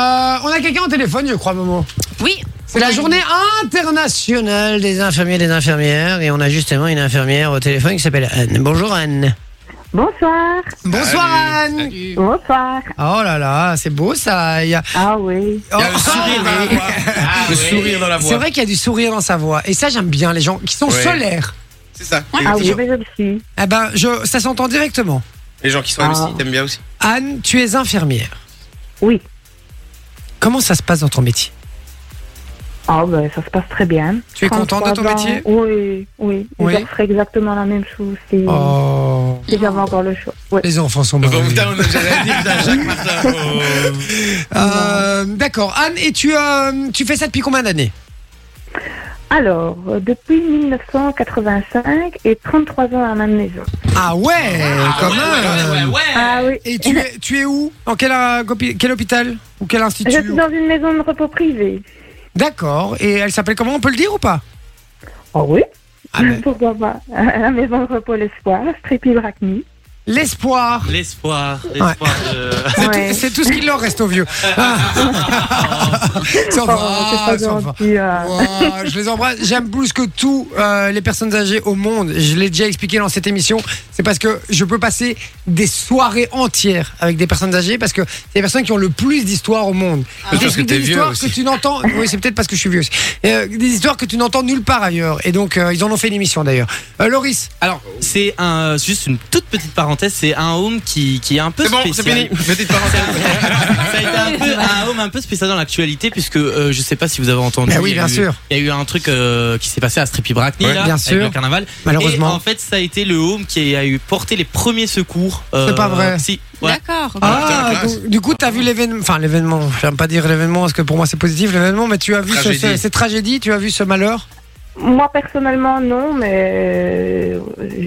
Euh, on a quelqu'un au téléphone, je crois, Momo. Oui. C'est la journée internationale des infirmiers et des infirmières. Et on a justement une infirmière au téléphone qui s'appelle Anne. Bonjour Anne. Bonsoir. Bonsoir Anne. Bonsoir. Oh là là, c'est beau ça. Il y a... Ah oui. Oh, Il y a le sourire dans la voix. le sourire dans la C'est voix. vrai qu'il y a du sourire dans sa voix. Et ça, j'aime bien les gens qui sont Ouais. solaires. C'est ça. Ah oui, je- mais je le suis. Eh ben, je... ça s'entend directement. Les gens qui sont Ah. aussi, t'aimes bien aussi. Anne, tu es infirmière. Oui. Comment ça se passe dans ton métier Ah ben, ça se passe très bien. Tu es contente de ton 33 métier Oui, oui. Oui. Je ferais exactement la même chose si, Oh, si j'avais encore le choix. Oui. les enfants sont Donc, merveilleux. putain, on a déjà dit, putain, Jacques Martin. oh. Euh, D'accord. Anne, et tu, euh, tu fais ça depuis combien d'années Alors, euh, depuis 1985 et 33 ans à la maison. Ah ouais, quand même. Ah oui. Eh, Et tu es, tu es où Dans quel, euh, gopi- quel hôpital Ou quel Je suis institut dans une maison de repos privée. D'accord. Et elle s'appelle comment On peut le dire ou pas Ah oui Ah ben. Pourquoi pas La maison de repos l'espoir, Stripy-Bracny. L'espoir. L'espoir, l'espoir de. C'est Ouais. tout- c'est tout, ce qu'il leur reste aux vieux. Ah. ça Oh, va, c'est pas ça va. gentil. euh. Ouah, je les embrasse. J'aime plus que tout euh, les personnes âgées au monde. Je l'ai déjà expliqué dans cette émission. C'est parce que je peux passer des soirées entières avec des personnes âgées parce que c'est les personnes qui ont le plus d'histoires au monde. Et Ah. Parce que t'expliques t'es des vieux histoires aussi. que tu n'entends. Oui, c'est peut-être parce que je suis vieux. aussi. Et, euh, des histoires que tu n'entends nulle part ailleurs. Et donc euh, ils en ont fait une émission d'ailleurs. Euh, Loris, Alors, c'est un, juste une toute petite parenthèse, c'est un home qui, qui est un peu C'est bon, c'est fini. spécial. Petite parenthèse. Ça a été un, peu, un home un peu spécial dans l'actualité, puisque euh, je sais pas si vous avez entendu. Ben oui, il y a bien eu- sûr. Il y a eu un truc euh, qui s'est passé à Stripy Brackney, Ouais. là, Bien avec sûr. le carnaval. malheureusement. Et en fait, ça a été le home qui a eu porté les premiers secours. euh, C'est pas vrai. Si. ouais. D'accord. Ah, Putain, classe. donc, du coup, t'as vu l'événement, enfin l'événement, j'aime pas dire l'événement parce que pour moi c'est positif l'événement, mais tu as vu ce- Tragédie. ce- cette tragédie, tu as vu ce malheur Moi, personnellement, non, mais euh,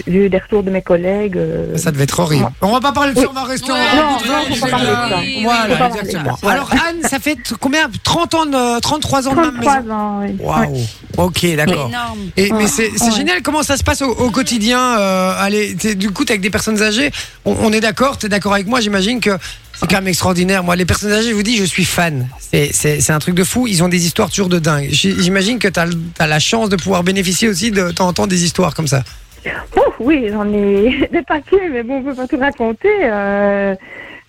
j'ai eu des retours de mes collègues. euh, Ça devait être horrible. On va pas parler de ça, on va rester Ouais, en- non, en- non, faut pas parler de ça. Voilà, Oui, faut Voilà, pas parler exactement. de ça. Alors Anne, ça fait t- combien 30 ans, de- 33 ans de même 33 maison ans, oui. Ouais. Waouh. Ok, d'accord. Énorme. Et, mais Ouais. c'est c'est Ouais. génial comment ça se passe au, au quotidien. euh, allez, t'es- du coup, t'es avec des personnes âgées. On, on est d'accord, t'es d'accord avec moi. J'imagine que c'est quand même extraordinaire. Moi, les personnes âgées, je vous dis, je suis fan. C'est- C'est c'est un truc de fou. Ils ont des histoires toujours de dingue. J'- J'imagine que t'as as la chance de pouvoir bénéficier aussi de temps en temps des histoires comme ça. Ouf, oui, j'en ai des papiers, mais bon, on peut pas tout raconter. euh,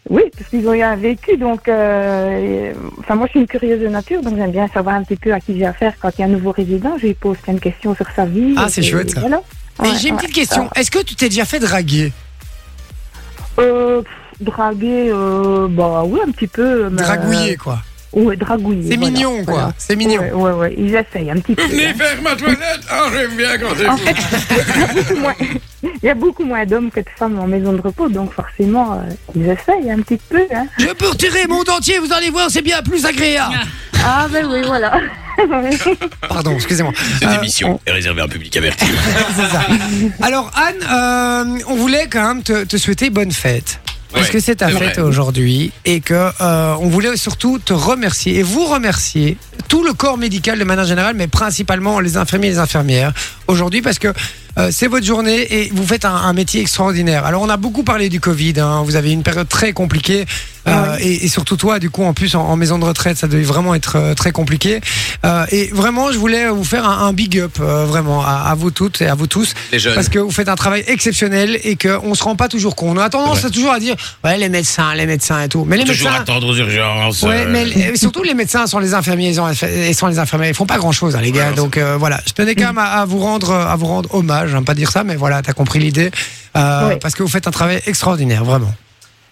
oui, parce qu'ils ont eu un vécu, donc... euh, et- Enfin, moi, je suis une curieuse de nature, donc j'aime bien savoir un petit peu à qui j'ai affaire quand il y a un nouveau résident. Je lui pose plein de questions sur sa vie. Ah, c'est et chouette, ça. voilà. Et Ouais, j'ai une ouais. petite question. Est-ce que tu t'es déjà fait draguer Euh, pff, draguer, euh, bah oui, un petit peu. mais, Dragouiller, quoi. euh, ouais, dragouiller. C'est voilà, mignon, quoi. voilà. C'est mignon. Ouais, ouais, ouais, ils essayent un petit peu. hein. Venez faire ma toilette. Ah, j'aime bien quand c'est En vous. fait, il y a beaucoup moins- il y a beaucoup moins d'hommes que de femmes en maison de repos, donc forcément, euh, ils essayent un petit peu. Hein. Je peux retirer mon dentier, vous allez voir, c'est bien plus agréable. Ah ben oui, voilà. Ah. Pardon, excusez-moi. Cette Euh, émission est réservée à un public averti. Alors Anne, euh, on voulait quand même te, te souhaiter bonne fête. Parce Ouais, que c'est ta c'est fête vrai. aujourd'hui et que euh, on voulait surtout te remercier et vous remercier tout le corps médical de manière générale, mais principalement les infirmiers et les infirmières aujourd'hui parce que euh, c'est votre journée et vous faites un, un métier extraordinaire. Alors on a beaucoup parlé du Covid, hein, vous avez eu une période très compliquée euh, et, et surtout toi du coup en plus en, en maison de retraite ça devait vraiment être euh, très compliqué. Euh, et vraiment je voulais vous faire un, un big up euh, vraiment à- à vous toutes et à vous tous Les jeunes. parce que vous faites un travail exceptionnel et qu'on se rend pas toujours compte. On a tendance Ouais. à toujours à dire ouais les médecins, les médecins et tout. Mais les Toujours médecins. attendre aux urgences. Ouais, euh, mais les- surtout les médecins sont les infirmiers ils ont- et sont les infirmières. Ils font pas grand chose, les gars. Ouais, donc euh, voilà, je tenais quand même à, à vous rendre euh, à vous rendre hommage. J'aime pas dire ça, mais voilà, t'as compris l'idée Euh, Ouais. parce que vous faites un travail extraordinaire, vraiment.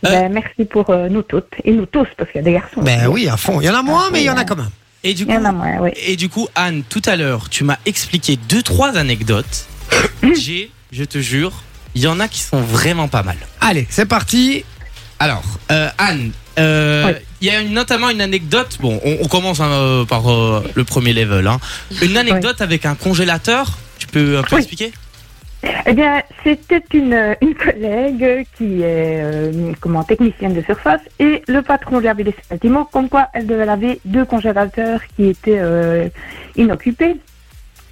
Ben, merci pour euh, nous toutes et nous tous, parce qu'il y a des garçons. Ben oui, à fond. Il y en a moins, mais il y en a quand même. Et du Il y en coup, a moins, oui. Et du coup, Anne, tout à l'heure, tu m'as expliqué deux, trois anecdotes. J'ai, je te jure, il y en a qui sont vraiment pas mal. Allez, c'est parti. Alors, euh, Anne, euh, Oui. il y a une- notamment une anecdote. Bon, on, on commence hein, euh, par euh, le premier level. hein. Une anecdote avec un congélateur. Tu peux un peu Oui. expliquer Eh bien, c'était une, euh, une collègue qui est euh, comment, technicienne de surface et le patron lui avait laissé le bâtiment comme quoi elle devait laver deux congélateurs qui étaient euh, inoccupés.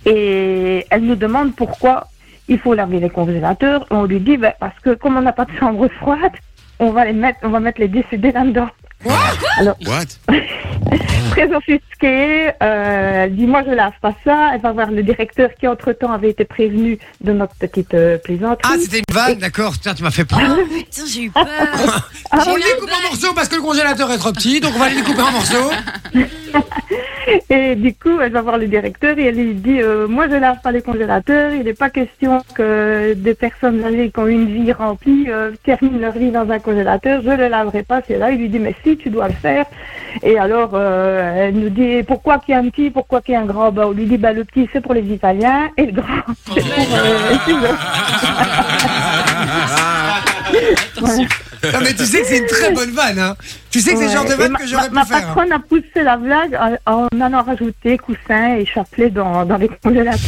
Et elle nous demande pourquoi il faut laver les congélateurs. On lui dit ben, parce que comme on n'a pas de chambre froide, on va les mettre, on va mettre les décédés là-dedans. What très offusquée. Euh, elle dit Moi, je lave pas ça. Elle va voir le directeur qui, entre-temps, avait été prévenu de notre petite euh, plaisanterie. Ah, c'était une vanne, d'accord. Putain, tu m'as fait peur. Putain, j'ai eu peur. Ah, On le découpe en morceaux parce que le congélateur est trop petit, donc on va le découper en morceaux. Et du coup, elle va voir le directeur et elle lui dit euh, Moi, je lave pas les congélateurs. Il n'est pas question que des personnes âgées qui ont une vie remplie euh, terminent leur vie dans un congélateur. Je le laverai pas. C'est là. Il lui dit Mais si, tu dois le faire. Et alors, euh, elle nous dit Pourquoi qu'il y a un petit Pourquoi qu'il y a un grand bah, On lui dit bah, Le petit, c'est pour les Italiens et le grand, c'est pour euh, les Chinois. Non, mais tu sais que c'est une très bonne vanne. Hein. Tu sais que c'est le Ouais. genre de Et vanne ma- que j'aurais ma, pu faire. Ma patronne a poussé la blague en, en allant rajouter coussins et chapelets dans, dans les congélateurs.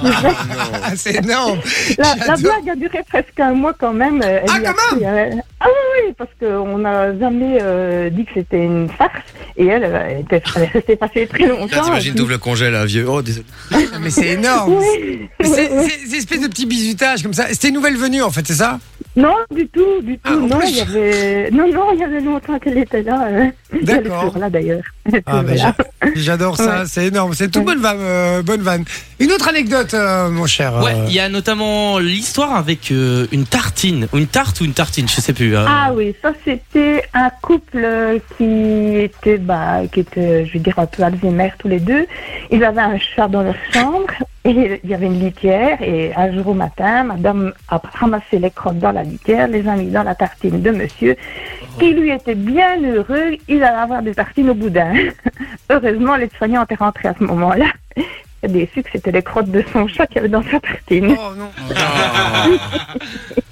Ah, c'est énorme. La, la J'adore. blague a duré presque un mois quand même. euh, elle Ah, y a quand pris, euh, ah oui, oui, parce qu'on n'a jamais euh, dit que c'était une farce. Et elle, euh, elle était, elle est restée passée très Putain, longtemps. T'imagines, t'ouvres le congèle à un vieux. Oh, désolé. Non, Mais c'est énorme. C'est une espèce de petit bizutage comme ça. C'était une nouvelle venue en fait, c'est ça Non, du tout, du tout. Ah, en non, plus. il y avait... non, non, il y avait longtemps qu'elle était là. euh, et Elle est D'accord. toujours là d'ailleurs. Ah, bah, Voilà. J'adore ça, c'est énorme. C'est une toute bonne vanne, euh, bonne vanne. Une autre anecdote, euh, mon cher. Ouais, euh, il y a notamment l'histoire avec euh, une tartine, ou une tarte ou une tartine, je sais plus. euh. Ah oui, ça c'était un couple euh, qui était, bah, qui était, je veux dire, un peu Alzheimer tous les deux. Ils avaient un chat dans leur chambre et il y avait une litière et un jour au matin, madame a ramassé les crottes dans la litière, les a mis dans la tartine de monsieur qui lui était bien heureux, il allait avoir des tartines au boudin. Heureusement, l'aide soignante est rentrée à ce moment-là. Elle a déçu que c'était les crottes de son chat qu'il y avait dans sa tartine. Oh, non.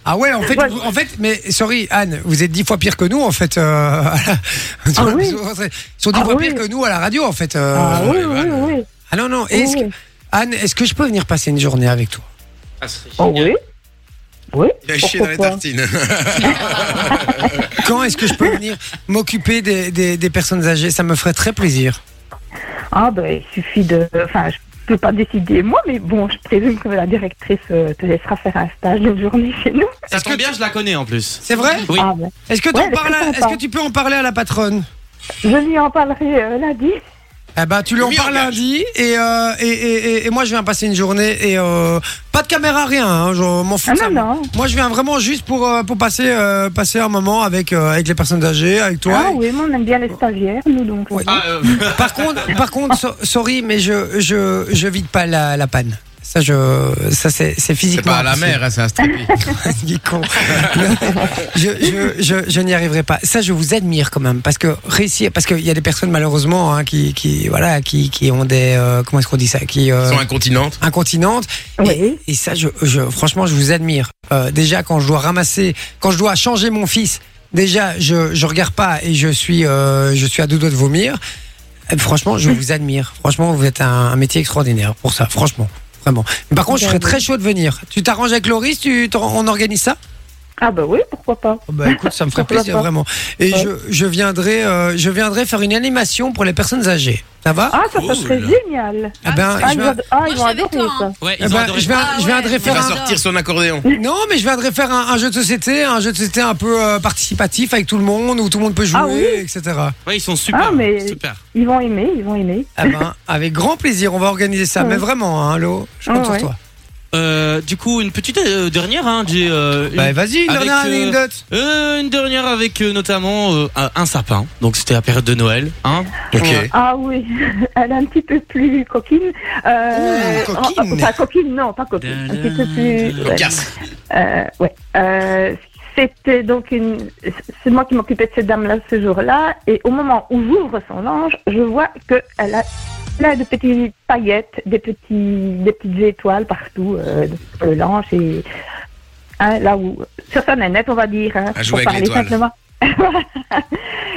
Ah ouais, en fait, Ouais. vous- en fait, mais sorry Anne, vous êtes dix fois pire que nous en fait. Euh, à la- Ah oui. Ils sont dix Ah fois oui. pire que nous à la radio en fait. euh. Ah oui, les oui, vannes. oui. Ah non non. Est-ce que- Oui. Anne, est-ce que je peux venir passer une journée avec toi Oh oui. Oui. Il a chié dans les Pourquoi pas tartines. Quand est-ce que je peux venir m'occuper des, des, des personnes âgées Ça me ferait très plaisir. Ah ben il suffit de... Enfin, je peux pas décider moi, mais bon, je présume que la directrice euh, te laissera faire un stage d'une journée chez nous. Ça Est-ce tombe que bien, je la connais en plus. C'est vrai Oui. Ah, ben, Est-ce que, Ouais, t'en elle est parles à- très est-ce sympa. que tu peux en parler à la patronne je lui en parlerai euh, lundi. Eh ben, tu lui en Oui, parles engage. lundi et, euh, et, et, et- et moi je viens passer une journée et euh, pas de caméra, rien. hein, je m'en fous. Ah de ça, non, moi. non. Moi je viens vraiment juste pour, euh, pour passer, euh, passer un moment avec, euh, avec les personnes âgées, avec toi. Ah oui, mais on aime bien les stagiaires, nous donc. Ouais. Ah, euh, Par contre, par contre so- sorry, mais je, je, je vide pas la, la panne. Ça, je, ça c'est, c'est C'est physiquement. pas à la impossible. mer, hein, c'est un striptease. Il est con. Non, je je, je, je n'y arriverai pas. Ça, je vous admire quand même, parce que réussir, parce qu'il y a des personnes malheureusement hein, qui, qui, voilà, qui, qui ont des, euh, comment est-ce qu'on dit ça, qui euh, Ils sont incontinentes. incontinentes. Oui. Et ça, je, je- franchement, je vous admire. Euh, déjà, quand je dois ramasser, quand je dois changer mon fils, déjà, je, je regarde pas et je suis, euh, je suis à deux doigts de vomir. Euh, Franchement, je vous admire. Franchement, vous êtes un, un métier extraordinaire pour ça. Franchement, vraiment. Mais par contre, je serais Merci. très chaud de venir. Tu t'arranges avec Loris, tu, t'en- on organise ça Ah ben oui, pourquoi pas. Oh, Bah écoute, ça me ferait Pourquoi plaisir pas vraiment. Et Ouais. je, je viendrai, euh, je viendrai faire une animation pour les personnes âgées. Ça va Ah, ça, ça Cool. serait génial. Eh ben, Ah, je ils, vais- ad- ah, Moi, ils je vont vais avec adorer toi, ça. hein. ouais, Eh ils ont ben, adoré. je vais- Ah je ouais. viendrai Il faire va un, sortir son accordéon. Non, mais je viendrais faire un, un jeu de société, un jeu de société un peu euh, participatif avec tout le monde, où tout le monde peut jouer, Ah oui etc. Ouais, ils sont super. Ah, mais- super. Ils vont aimer, ils vont aimer. Ah ben, avec grand plaisir, on va organiser ça. Ouais. Mais vraiment, hein, Lo, je compte Ah ouais. sur toi. Euh, du coup, une petite euh, dernière, hein, j'ai, euh, une- Bah, vas-y, une Avec, dernière euh, anecdote. Euh, une dernière avec euh, notamment euh, un- un sapin. Donc c'était la période de Noël, hein. Ok. Ah oui, elle est un petit peu plus coquine. Euh, Ouh, coquine. Pas coquine, non, pas coquine. Un petit peu plus... ouais. Cocasse. Euh, ouais. Euh, c'était donc une. C'est moi qui m'occupais de cette dame-là ce jour-là. Et au moment où j'ouvre son linge, je vois qu'elle a plein de petites paillettes, des, petits, des petites étoiles partout euh, sur le linge. Et, hein, là où. Sur sa nanette, on va dire. Hein, À pour jouer avec parler l'étoile. simplement.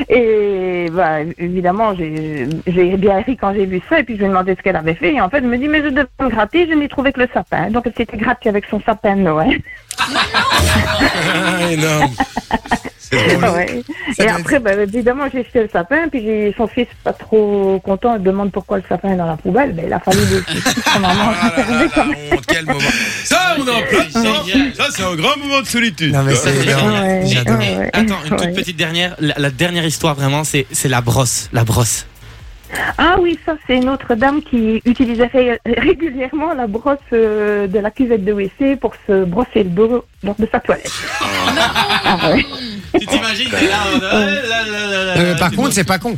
et bah, évidemment, j'ai j'ai bien ri quand j'ai vu ça, et puis je lui ai demandé ce qu'elle avait fait, et en fait, elle me dit, mais je devais me gratter, je n'ai trouvé que le sapin. Donc, elle s'était grattée avec son sapin de Noël. Ah, énorme. C'est drôle. Ouais. Ça Et doit après, bah, évidemment, j'ai jeté le sapin, puis j'ai- son fils, pas trop content, il demande pourquoi le sapin est dans la poubelle. Ben, il a fallu le son maman Ah là là là, on- quel moment. Ça, Ah, on est en plein dedans. Ça, c'est un grand moment de solitude. Non, mais Ah, c'est Ouais. énorme. Ouais, J'adore. ouais, ouais. Attends, une toute Ouais. petite dernière. La, la dernière histoire, vraiment, c'est c'est la brosse. La brosse. Ah oui, ça, c'est une autre dame qui utilisait ré- régulièrement la brosse euh, de la cuvette de WC pour se brosser le dos lors de sa toilette. Ah ouais. Tu t'imagines t'es là, en mode, euh, là, là, là, là, Non, mais là, par tu contre, te- c'est pas con.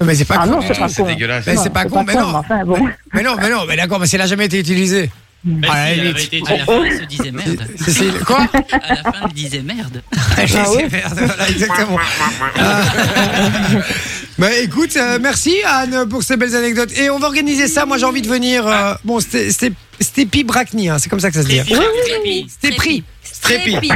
Non, Mais c'est pas Ah con. non, c'est pas C'est con. dégueulasse. Mais Ben, c'est pas con, mais non. mais enfin, bon. Mais non, mais non, mais d'accord, parce qu'elle a jamais été utilisée. Mais Ah, si, la elle avait limite. été À la géniale. fin, il se disait merde. C'est- c'est- Quoi À la fin, il disait merde. Ah ouais voilà, exactement. Ah. bah écoute, euh, merci Anne pour ces belles anecdotes. Et on va organiser ça. Moi j'ai envie de venir. euh, bon, c'était- c'était Stepi Bracni, hein, c'est comme ça que ça se dit. Stéphie, Trépi. Stépri. Strépi. Trépi,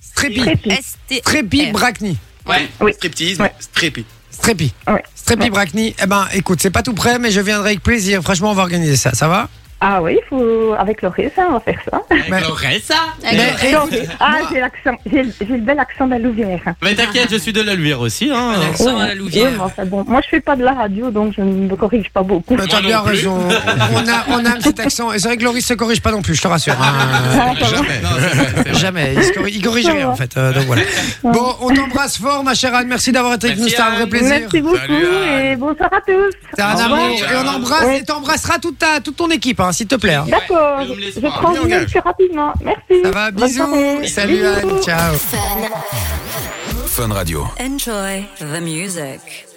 Strepi. trépi. Strepi S-T-R. Bracni. Ouais. Oui. Striptease, Ouais. strépé. Strepi. Ouais. Strepi Ouais. Bracni. Eh ben écoute, c'est pas tout prêt, mais je viendrai avec plaisir. Franchement, on va organiser ça. Ça va Ah oui, faut... avec Laurie, ça, on va faire ça. Mais- Avec Laurel, ça. Avec Mais- Laurel. Donc, ah, moi- j'ai l'accent, j'ai le j'ai le bel accent d'Alouvière. Mais t'inquiète, je suis de la Luire aussi. hein. Avec l'accent à la Louvière. Ouais, mais enfin, bon, moi, je fais pas de la radio, donc je ne me corrige pas beaucoup. Bah, T'as non bien plus. raison. On a, on a un petit accent. Et c'est vrai que Loris se corrige pas non plus, je te rassure. hein. Ah, ça va. Non, c'est vrai, c'est vrai. Jamais, il, se corri- il corrige rien en fait. Euh, donc voilà. Bon, on t'embrasse fort, ma chère Anne. Merci d'avoir été avec Merci, nous, c'était un vrai Anne. plaisir. Merci beaucoup Salut, Anne. et bonsoir à tous. T'es un Au amour. revoir. Et on embrasse Ouais. et t'embrasseras toute, ta, toute ton équipe, hein, s'il te plaît. hein. D'accord, et on me laisse je pas. prends On une engage. plus rapidement. Merci. Ça va, Bonne bisous. soirée. Salut Anne, Bisous. ciao. Fun Radio. Enjoy the music.